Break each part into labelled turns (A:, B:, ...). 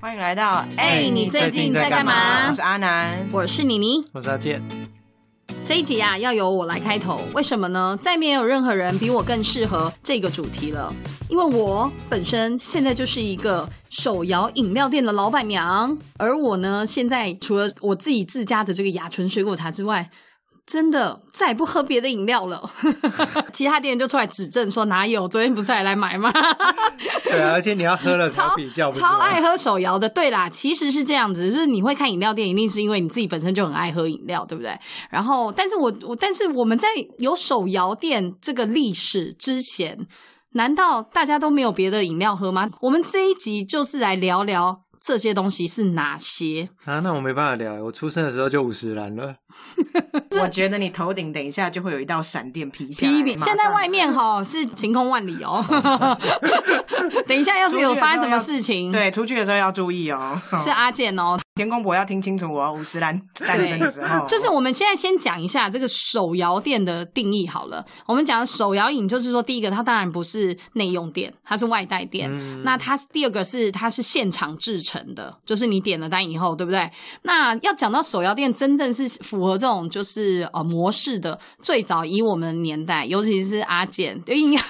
A: 欢迎来到
B: 哎你最近在干嘛
A: 我是阿南，
B: 我是妮妮，
C: 我是阿健，
B: 这一集啊要由我来开头，为什么呢？再没有任何人比我更适合这个主题了，因为我本身现在就是一个手摇饮料店的老板娘，而我呢，现在除了我自己自家的这个雅纯水果茶之外。真的再也不喝别的饮料了， 其他店员就出来指证说哪有？昨天不是还来买吗？
C: 对啊，而且你要喝了才
B: 超
C: 比较，不是吗
B: 超爱喝手摇的。对啦，其实是这样子，就是你会看饮料店，一定是因为你自己本身就很爱喝饮料，对不对？然后，但是我我但是我们在有手摇店这个历史之前，难道大家都没有别的饮料喝吗？我们这一集就是来聊聊这些东西是哪些。
C: 啊，那我没办法聊，我出生的时候就五十岚了，
A: 我觉得你头顶等一下就会有一道闪电劈下来
B: 第一点，
A: 啊马上
B: 现在外面哈是晴空万里 哦。等一下，要是有发生什么事情，
A: 对出去的时候要注意哦。
B: 是阿健哦，
A: 田公伯要听清楚哦，五十岚诞生的时候，
B: 就是我们现在先讲一下这个手摇店的定义好了。我们讲手摇饮，就是说第一个，它当然不是内用店，它是外带店。
C: 嗯
B: 那它第二个是它是现场制成的，就是你点了单以后，对不对？那要讲到手摇店，真正是符合这种就是呃模式的，最早以我们的年代，尤其是阿简，就 应该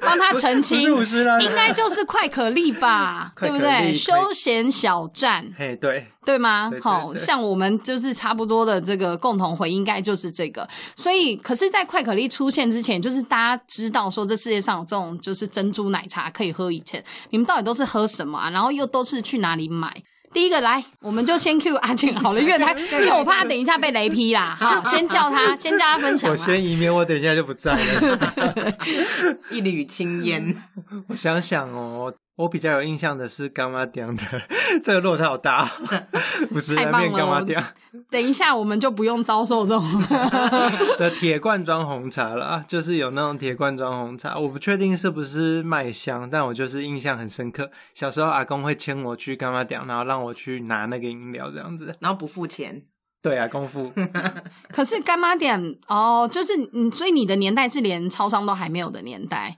B: 帮他澄
C: 不
B: 清
C: 是，五十岚，
B: 啊
C: 啊
B: 应该就是快可丽吧，对
C: 快可
B: 不
C: 丽
B: 对？
C: 快
B: 休闲小站，
C: 嘿，对，
B: 对吗
C: 对？对
B: 好
C: 对
B: 像我们就是差不多的这个共同回应该就是这个。所以，可是，在快可丽出现之前，就是大家知道说这世界上有这种就是珍珠奶茶可以喝以前，你们到底都是喝什么啊？然后又都是去哪里买？第一个来，我们就先 Q 阿健好了，因为 他因为我怕等一下被雷劈啦，好，先叫他，先叫他分享啊
C: 我
B: 吧。
C: 先移民，我等一下就不在了。
A: 一缕青烟。
B: 嗯
C: 我想想哦，我比较有印象的是干妈店的， 这个落差 好大、哦，五十
B: 太
C: 岚
B: 棒
C: 面干妈
B: 了
C: 店
B: 等一下我们就不用遭受这 种
C: 的铁罐装红茶了啊，就是有那种铁罐装红茶，我不确定是不是麦香，但我就是印象很深刻。小时候阿公会牵我去干妈店，然后让我去拿那个饮料这样子。
A: 然后不付钱，
C: 对啊，功夫
B: 可是干妈店哦，就是你，所以你的年代是连超商都还没有的年 代，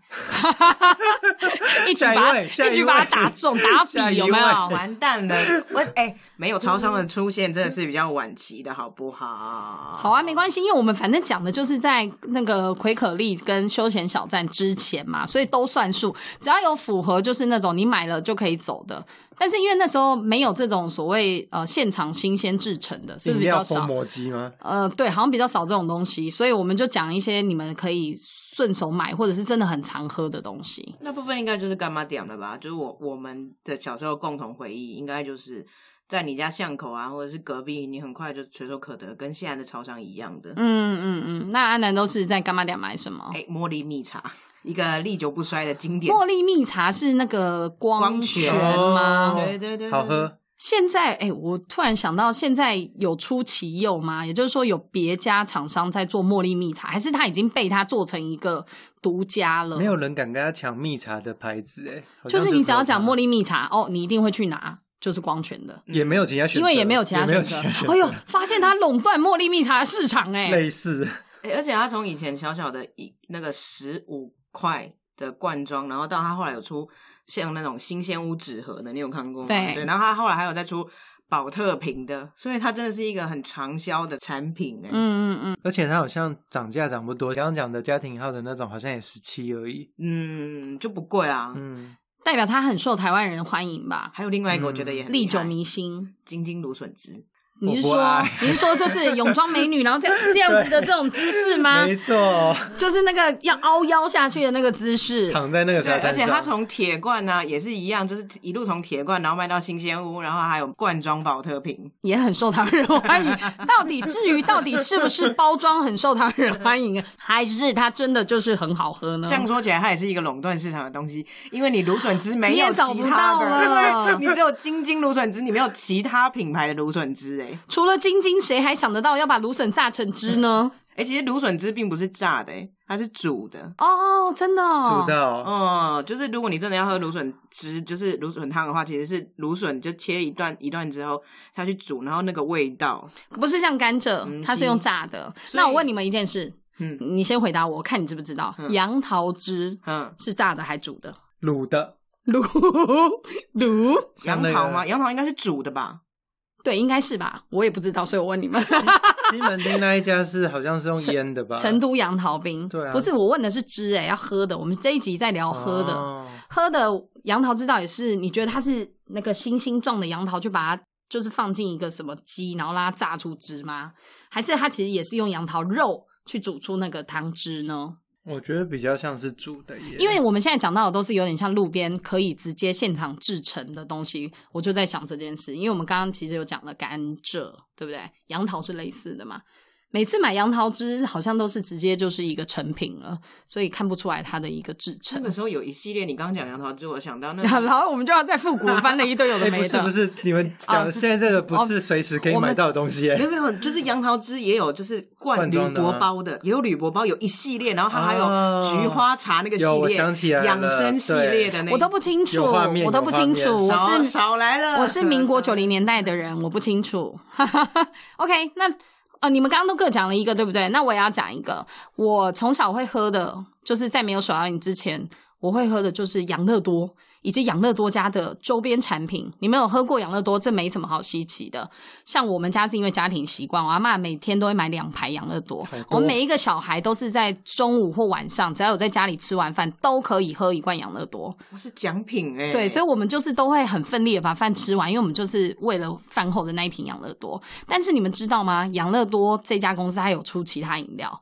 B: 一举把
C: 下一位下一位
B: 举把它打中，打
C: 下
B: 比
C: 一
B: 有
C: 位
B: 没有？
A: 完 蛋了！我哎、没有超商的出现，真的是比较晚期的好不好？
B: 好啊，没关系，因为我们反正讲的就是在那个奎可丽跟休闲小站之前嘛，所以都算数，只要有符合就是那种你买了就可以走的。但是因为那时候没有这种所谓呃现场新鲜制成的，是不是
C: 饮
B: 比较
C: 料
B: 少
C: 封？魔机吗？
B: 呃，对，好像比较少这种东西，所以我们就讲一些你们可以顺手买或者是真的很常喝的东西。
A: 那部分应该就是干妈点了吧？就是我我们的小时候共同回忆，应该就是在你家巷口啊，或者是隔壁，你很快就垂手可得，跟现在的超商一样的。
B: 嗯嗯嗯，那阿南都是在干嘛店买什么？
A: 哎、茉莉蜜茶，一个历久不衰的经典。
B: 茉莉蜜茶是那个光
A: 光
B: 泉
A: 泉哦
B: 吗？
A: 对对对，
C: 好喝，
B: 现在哎、我突然想到，现在有出其右吗？也就是说，有别家厂商在做茉莉蜜茶，还是它已经被它做成一个独家了？
C: 没有，人敢跟他抢蜜茶的牌子哎、好
B: 就
C: 像
B: 是你只要讲
C: 有
B: 茉
C: 他，
B: 莉蜜茶，哦，你一定会去拿，就是光泉的。
C: 也没有其他选
B: 嗯
C: 择，
B: 因为也没有其他选
C: 也没有其
B: 择，
C: 他
B: 哎呦，发现它垄断茉莉蜜茶的市场哎、
C: 类似
A: 诶而且它从以前小小的一那个十五块的罐装，然后到它后来有出像那种新鲜屋纸盒的，你有看过吗？
B: 对
A: 然后它后来还有再出宝特瓶的，所以它真的是一个很长销的产品哎、
B: 嗯嗯嗯，
C: 而且它好像涨价涨不多，刚刚讲的家庭号的那种好像也十七而已。
A: 嗯，就不贵啊。
C: 嗯，
B: 代表它很受台湾人欢迎吧，
A: 还有另外一个，我觉得也很
B: 历
A: 厉害
B: 久弥新。
A: 金金芦笋汁，
B: 你是
C: 我不
B: 说
C: 爱
B: 你是说就是泳装美女，然后这样这样子的这种姿势吗？
C: 没错，
B: 啊就是那个要凹腰下去的那个姿势。
C: 躺在那个
A: 对，
C: 沙滩上，
A: 而且它从铁罐呢、也是一样，就是一路从铁罐，然后卖到新鲜屋，然后还有罐装宝特瓶，
B: 也很受台湾人欢迎。到底至于到底是不是包装很受台湾人欢迎，还是它真的就是很好喝呢
A: 这？样说起来，它也是一个垄断市场的东西，因为你芦笋汁没
B: 你也
A: 有
B: 找
A: 其
B: 不
A: 他
B: 到
A: 的，
B: 了
A: 对，你只有金金芦笋汁，你没有其他品牌的芦笋汁、欸。哎、
B: 除了晶晶，谁还想得到要把芦笋榨成汁呢？
A: 欸其实芦笋汁并不是炸的、欸，它是煮的。
B: 哦，真的、哦，
C: 煮到
A: 哦、就是如果你真的要喝芦笋汁，就是芦笋汤的话，其实是芦笋就切一段一段之后下去煮，然后那个味道，
B: 不是像甘蔗，
A: 嗯
B: 它是
A: 是
B: 用榨的。
A: 所以
B: 那我问你们一件事，
A: 嗯
B: 你先回答我，看你知不知道，
A: 嗯
B: 杨桃汁
A: 嗯，
B: 是榨的还煮的？
C: 卤的，
B: 卤 卤，
A: 杨
C: 像那个
A: 桃吗？杨桃应该是煮的吧？
B: 对，应该是吧？我也不知道，所以我问你们。
C: 西门町那一家是好像是用腌的吧？
B: 成都杨桃冰，
C: 对啊
B: 不是我问的是汁哎、要喝的。我们这一集在聊喝的，
C: 哦
B: 喝的杨桃汁到底是你觉得它是那个星星状的杨桃，就把它就是放进一个什么鸡，然后让它榨出汁吗？还是它其实也是用杨桃肉去煮出那个汤汁呢？
C: 我觉得比较像是煮的耶，
B: 因为我们现在讲到的都是有点像路边可以直接现场制成的东西，我就在想这件事，因为我们刚刚其实有讲了甘蔗，对不对？杨桃是类似的嘛。每次买杨桃汁好像都是直接就是一个成品了，所以看不出来它的一个制
A: 那
B: 成
A: 个。时候有一系列，你刚刚讲杨桃汁，我想到那
B: 然后我们就要在复古翻了一堆有的
C: 哎
B: 没
C: 不
B: 的，
C: 是不是，你们讲
B: 哦
C: 现在这个不是随时可以
B: 我们
C: 买到的东西
A: 没
C: 耶
A: 有。没有，就是杨桃汁也有，就是灌
C: 罐
A: 铝
C: 装的
A: 箔
C: 吗
A: 包的，也有铝箔包，有一系列，然后它还有
C: 哦
A: 菊花茶那个系
C: 有我
A: 列，
C: 想起来了
A: 养生系列的那一
B: 我都不清楚，
C: 有画面
B: 我都不清
C: 有
B: 楚，我
A: 少
B: 是
A: 少来了，
B: 我是民国
A: 少
B: 九零年代的人，我不清楚。OK，那呃，你们刚刚都各讲了一个，对不对？那我也要讲一个，我从小会喝的，就是在没有手摇饮之前，我会喝的就是养乐多以及养乐多家的周边产品。你们有喝过养乐多？这没什么好稀奇的。像我们家是因为家庭习惯，我阿妈每天都会买两排养乐多
C: 好多。
B: 我每一个小孩都是在中午或晚上，只要有在家里吃完饭，都可以喝一罐养乐多。
A: 我是奖品哎、
B: 对，所以我们就是都会很奋力的把饭吃完，因为我们就是为了饭后的那一瓶养乐多。但是你们知道吗？养乐多这家公司它有出其他饮料，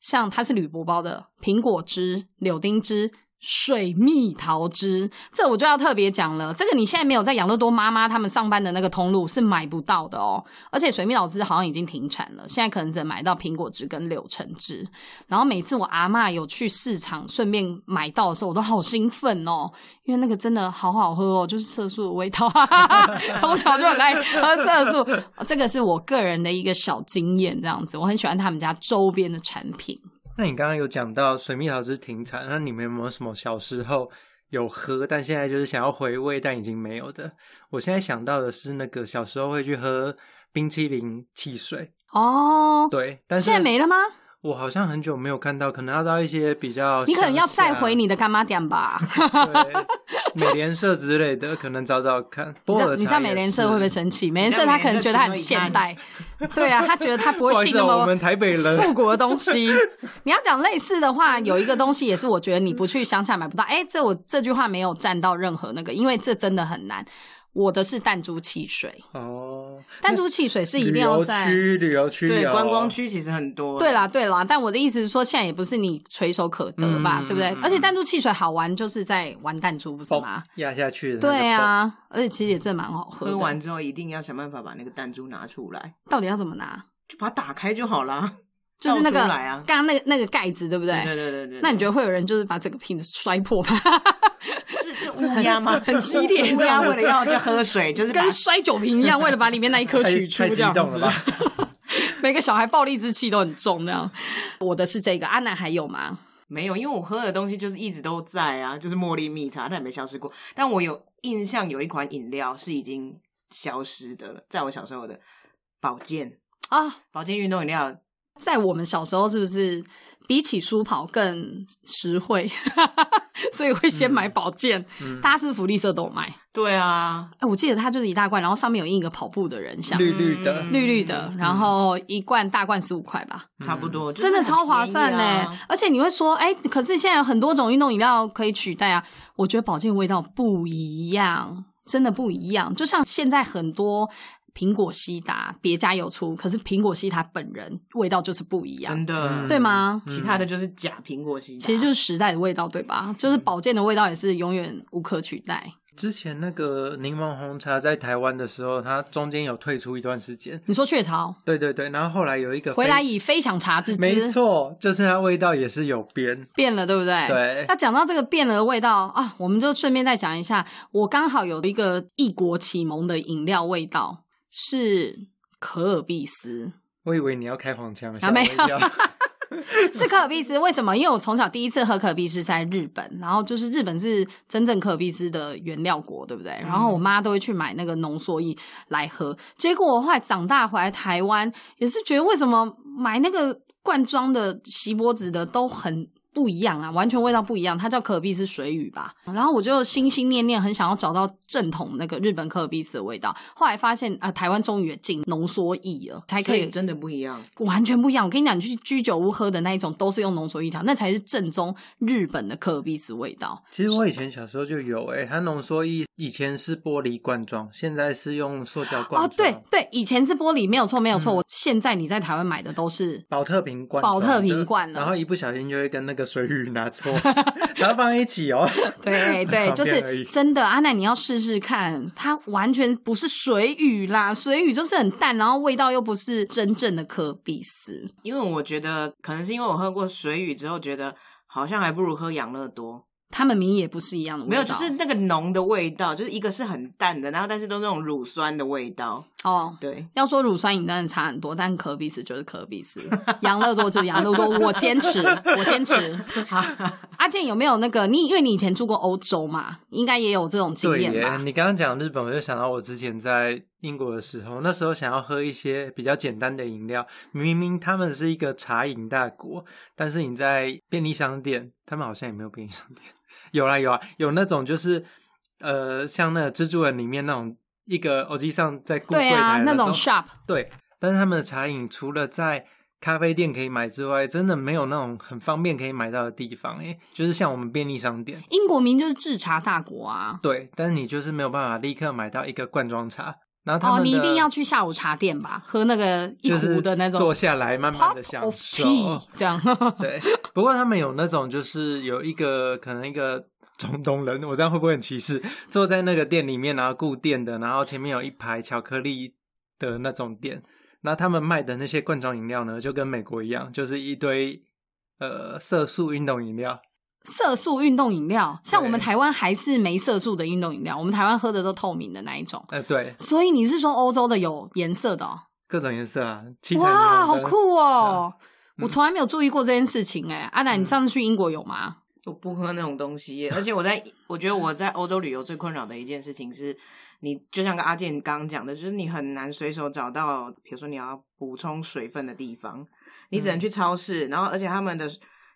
B: 像它是铝箔包的苹果汁、柳丁汁。水蜜桃汁，这我就要特别讲了。这个你现在没有在养乐多妈妈他们上班的那个通路是买不到的哦。而且水蜜桃汁好像已经停产了，现在可能只能买到苹果汁跟柳橙汁。然后每次我阿嬷有去市场顺便买到的时候，我都好兴奋哦，因为那个真的好好喝哦，就是色素的味道。啊 从小就很爱喝色素，哦这个是我个人的一个小经验，这样子，我很喜欢他们家周边的产品。
C: 那你刚刚有讲到水蜜桃汁停产，那你们有没有什么小时候有喝，但现在就是想要回味，但已经没有的？我现在想到的是那个小时候会去喝冰淇淋汽水，
B: 哦，
C: 对，但是
B: 现在没了吗？
C: 我好像很久没有看到，可能要到一些比较，
B: 你可能要再回。你的干妈店 吧。
C: 对，美联社之类的，可能找找看。
B: 你
C: 波
B: 知
C: 尔
B: 道
C: 茶
B: 你知道美联社会不会生气？美联社
A: 你知道
B: 他可能觉得他很现代，对啊，他觉得他不
C: 不好
B: 会
C: 意
B: 进
C: 思
B: 那
C: 哦、我
B: 么
C: 们台北人
B: 复古的东西。你要讲类似的话，有一个东西也是我觉得你不去乡下买不到。哎、这我这句话没有占到任何那个，因为这真的很难。我的是弹珠汽水，
C: 哦，
B: 弹珠汽水是一
C: 旅
B: 定要
C: 游
B: 在
C: 区旅游区
A: 对
C: 有
A: 观光区其实很多，
B: 对啦，对啦，但我的意思是说，现在也不是你垂手可得吧，
C: 嗯
B: 对不对
C: 嗯？哦
B: 而且弹珠汽水好玩，就是在玩弹珠，不是
C: 嘣
B: 吗？
C: 压下去的那个
B: 对啊，而且其实也真的蛮好喝的。
A: 喝完之后一定要想办法把那个弹珠拿出来，
B: 到底要怎么拿？
A: 就把它打开就好啦。
B: 就是那个
A: 倒出来啊
B: 刚刚那个那个盖子，对不对？
A: 对对对对，
B: 那你觉得会有人就是把整个瓶子摔破吗？
A: 得是是乌鸦 吗？很激烈，乌鸦为了要就喝水，就是 把
B: 跟摔酒瓶一样，为了把里面那一颗
C: 嘣，
B: 取出
C: 太太
B: 这
C: 激
B: 样
C: 动
B: 子
C: 了吧。？
B: 每个小孩暴力之气都很重，那样。我的是这个，阿南还有吗？
A: 没有，因为我喝的东西就是一直都在啊，就是茉莉蜜茶，那也没消失过。但我有印象有一款饮料是已经消失的了，在我小时候的保健
B: 啊，
A: 保健运动饮料，
B: 在我们小时候是不是比起书跑更实惠？ 所以会先买
C: 嗯
B: 保健，大家是不是福利社都有卖。
A: 对啊，
B: 哎、我记得它就是一大罐，然后上面有印一个跑步的人像。
C: 绿绿的，
A: 嗯
B: 绿绿的，然后一罐大罐十五块吧，
C: 嗯
A: 差不多，就是
B: 嗯真的
A: 很
B: 超划算呢、
A: 便宜啊
B: 而且你会说，哎、可是现在有很多种运动饮料可以取代啊。我觉得保健味道不一样，真的不一样。就像现在很多苹果西达别家有出，可是苹果西达本人味道就是不一样，
A: 真的，
C: 嗯
B: 对吗？
A: 其他的就是假苹果西达，
B: 其实就是时代的味道，对吧？就是保健的味道也是永远无可取代。
C: 之前那个柠檬红茶在台湾的时候，它中间有退出一段时间，
B: 你说雀巢
C: 对对对，然后后来有一
A: 呃
C: 个
B: 回来
C: 非，
B: 以非常茶之
C: 没
B: 姿
C: 错，就是它味道也是有变，
B: 变了，对不对？
C: 对
B: 那讲到这个变了的味道啊，我们就顺便再讲一下，我刚好有一个异国启蒙的饮料味道是可尔必思。
C: 我以为你要开黄腔，
B: 啊没有
C: 吓我一 跳
B: 是可尔必思，为什么？因为我从小第一次喝可尔必思是在日本，然后就是日本是真正可尔必思的原料国，对不对？然后我妈都会去买那个浓缩液来喝。结果我后来长大回来台湾，也是觉得为什么买那个罐装的锡箔纸的都很不一样啊，完全味道不一样。它叫可尔必斯水雨吧。然后我就心心念念很想要找到正统那个日本可尔必斯的味道，后来发现啊、台湾终于也进浓缩液了，才可
A: 所
B: 以
A: 真的不一样。
B: 完全不一样。我跟你讲，你去居酒屋喝的那一种都是用浓缩液调，那才是正宗日本的可尔必斯味道。
C: 其实我以前小时候就有诶、它浓缩液以前是玻璃罐装，现在是用塑胶罐装。嗯
B: 哦，对，对，以前是玻璃，没有错，没有错。我现在你在台湾买的都是
C: 保特瓶罐装
B: 保
C: 的，
B: 特瓶罐
C: 然
B: 了
C: 后。一不小心就会跟那个水鱼拿错， 然后放在一起哦。
B: 对对，
C: 旁
B: 就
C: 边而
B: 是
C: 已
B: 真的。阿奶，你要试试看，它完全不是水雨啦，水雨就是很淡，然后味道又不是真正的可比斯。
A: 因为我觉得可能是因为我喝过水雨之后，觉得好像还不如喝养乐多。
B: 他们名也不是一样的味道，
A: 没有，就是那个浓的味道，就是一个是很淡的，然后但是都那种乳酸的味道。
B: 哦。
A: 对，
B: 要说乳酸饮当然差很多，但可比斯就是可比斯，养乐多就是养乐多，我坚持，我坚持。好，阿健有没有那个你？因为你以前住过欧洲嘛，应该也有这种经
C: 对
B: 验
C: 耶
B: 吧，？
C: 你刚刚讲日本，我就想到我之前在英国的时候，那时候想要喝一些比较简单的饮料，明明他们是一个茶饮大国，但是你在便利商店，他们好像也没有便利商店，有啦有啊，有那种就是呃，像那个蜘蛛人里面那种一个欧吉上在顾柜
B: 对啊
C: 台，的
B: 那
C: 时
B: 种
C: 候
B: shop
C: 对，但是他们的茶饮除了在咖啡店可以买之外，真的没有那种很方便可以买到的地方，诶，就是像我们便利商店。
B: 英国名就是制茶大国啊。
C: 对，但是你就是没有办法立刻买到一个罐装茶，然后啊他
B: 哦，
C: 们
B: 你一定
C: 的
B: 要去下午茶店吧，喝那个一
C: 就是
B: 壶的那种
C: 坐下来慢慢
B: pop
C: 的
B: of
C: 享受。
B: tea 这样。
C: 对，不过他们有那种就是有一个可能一个中东人，我这样会不会很歧视？坐在那个店里面，然后固店的，然后前面有一排巧克力的那种店，然后他们卖的那些罐装饮料呢，就跟美国一样，就是一堆呃色素运动饮料。
B: 色素运动饮料，像我们
C: 对
B: 台湾还是没色素的运动饮料，我们台湾喝的都透明的那一种。
C: 呃，对，
B: 所以你是说欧洲的有颜色的、哦？
C: 各种颜色啊，七彩
B: 哇，好
C: 霓虹灯。
B: 酷哦！
C: 嗯
B: 我从来没有注意过这件事情哎、阿南，你上次去英国有吗？
A: 我不喝那种东西耶，而且我在 我觉得我在欧洲旅游最困扰的一件事情是，你就像跟阿健刚讲的，就是你很难随手找到，比如说你要补充水分的地方，你只能去超市，然后而且他们的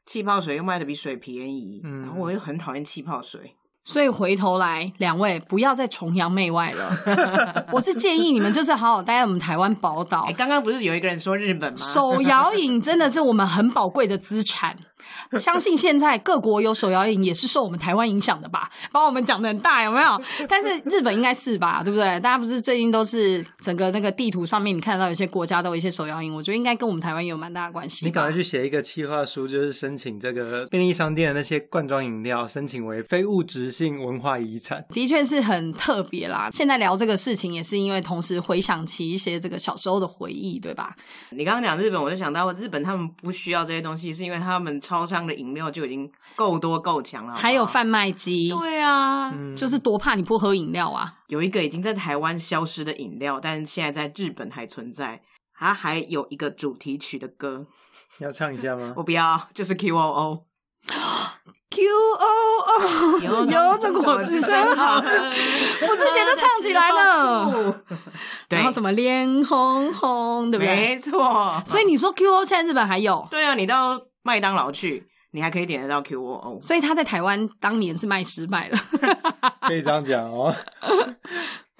A: 气泡水又卖的比水便宜，
C: 嗯
A: 然后我又很讨厌气泡水。
B: 所以回头来，两位不要再崇洋媚外 了。我是建议你们就是好好待在我们台湾宝岛
A: 哎、，刚刚不是有一个人说日本吗？
B: 手摇饮真的是我们很宝贵的资产，相信现在各国有手摇饮也是受我们台湾影响的吧，把我们讲的很大有没有？但是日本应该是吧，对不对？大家不是最近都是整个那个地图上面，你看到有些国家都有一些手摇饮，我觉得应该跟我们台湾有蛮大的关系吧。
C: 你赶快去写一个企划书，就是申请这个便利商店的那些罐装饮料，申请为非物质性文化遗产。
B: 的确是很特别啦。现在聊这个事情，也是因为同时回想起一些这个小时候的回忆，对吧？
A: 你刚刚讲日本，我就想到日本他们不需要这些东西，是因为他们超商的饮料就已经够多够强了。好不好
B: 还有，贩卖机，
A: 对啊，
C: 嗯，
B: 就是多怕你不喝饮料啊。
A: 有一个已经在台湾消失的饮料，但是现在在日本还存在。它还有一个主题曲的歌，
C: 要唱一 下吗
A: 我？不要， 就是 Q O O，
B: Q O O，有这果汁真好，我
A: 我
B: 自己就唱起来了。。
A: 对，
B: 然后什么脸红红，对不对？
A: 没错，
B: 所以你说 Q O 现在日本还有，
A: 对啊，你到麦当劳去，你还可以点得到 Q O O。
B: 所以他在台湾当年是卖失败了。
C: 可以这样讲哦。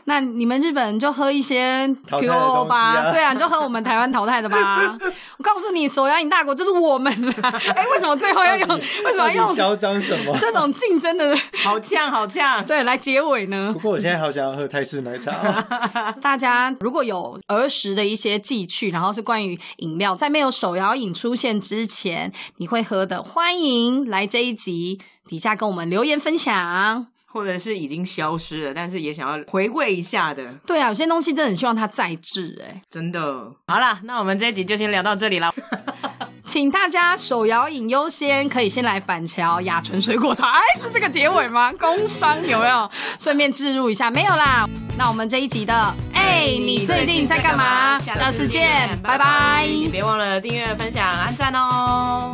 B: 那你们日本人就喝一些
C: 淘汰
B: Q
C: 的
B: O
C: 东西
B: 吧，
C: 啊
B: 对啊，你就喝我们台湾淘汰的 吧。我告诉你，手摇饮大国就是我们啦。 哎、为什么最后要用？ 为什么要
C: 到
B: 用
C: 底嚣张什 么？
B: 这种竞争的
A: 好呛，好呛！
B: 对来结尾呢
C: 不？过我现在好想要喝泰式奶茶哦。
B: 大家如果有儿时的一些记趣，然后是关于饮料，在没有手摇饮出现之前，你会喝的，欢迎来这一集底下跟我们留言分享。
A: 或者是已经消失了，但是也想要回味一下的，
B: 对啊，有些东西真的很希望它再制哎、
A: 真的。好啦，那我们这一集就先聊到这里啦。
B: 请大家手摇饮优先，可以先来板桥雅纯水果茶。哎，是这个结尾吗？工商有没有？顺便置入一下，没有啦。那我们这一集的，哎、你最近在干嘛？下次见，拜拜
A: 别忘了订阅、分享、按赞哦。